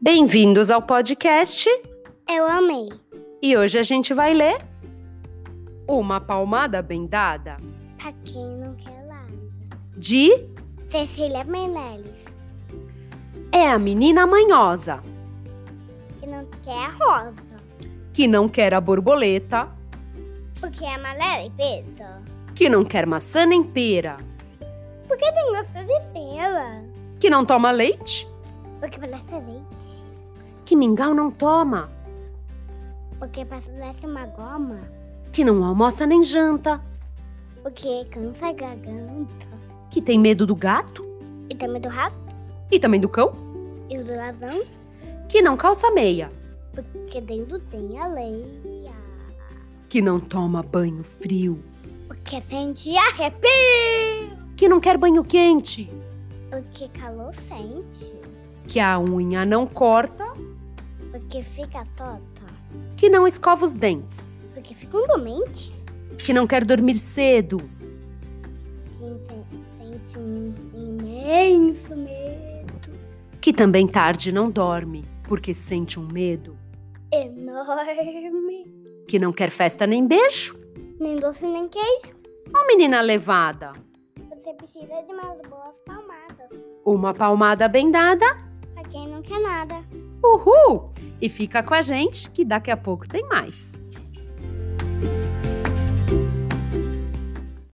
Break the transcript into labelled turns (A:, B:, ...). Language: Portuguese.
A: Bem-vindos ao podcast
B: Eu amei.
A: e hoje a gente vai ler Uma Palmada Bem Dada
B: Pra quem não quer lá.
A: de
B: Cecília Meirelles,
A: É a Menina Manhosa,
B: que não quer a rosa.
A: que não quer a borboleta,
B: Porque é amarela e preta.
A: que não quer maçã nem pera,
B: Porque tem gosto de cera.
A: que não toma leite,
B: Porque parece leite.
A: que mingau não toma,
B: Porque parece uma goma.
A: que não almoça nem janta,
B: Porque cansa a garganta.
A: que tem medo do gato
B: E também do rato
A: e também do cão,
B: e do ladrão.
A: que não calça meia,
B: Porque dentro tem areia.
A: que não toma banho frio,
B: Porque sente arrepio.
A: que não quer banho quente,
B: Porque calor sente.
A: que a unha não corta,
B: Porque fica tota.
A: que não escova os dentes.
B: Porque fica um doente.
A: que não quer dormir cedo,
B: Quem se- sente um imenso medo
A: que também tarde não dorme, porque sente um medo,
B: enorme.
A: que não quer festa nem beijo.
B: Nem doce, nem queijo.
A: Ó, menina levada,
B: Você precisa de umas boas palmadas.
A: uma palmada bem dada,
B: Pra quem não quer nada.
A: uhul! E fica com a gente que daqui a pouco tem mais.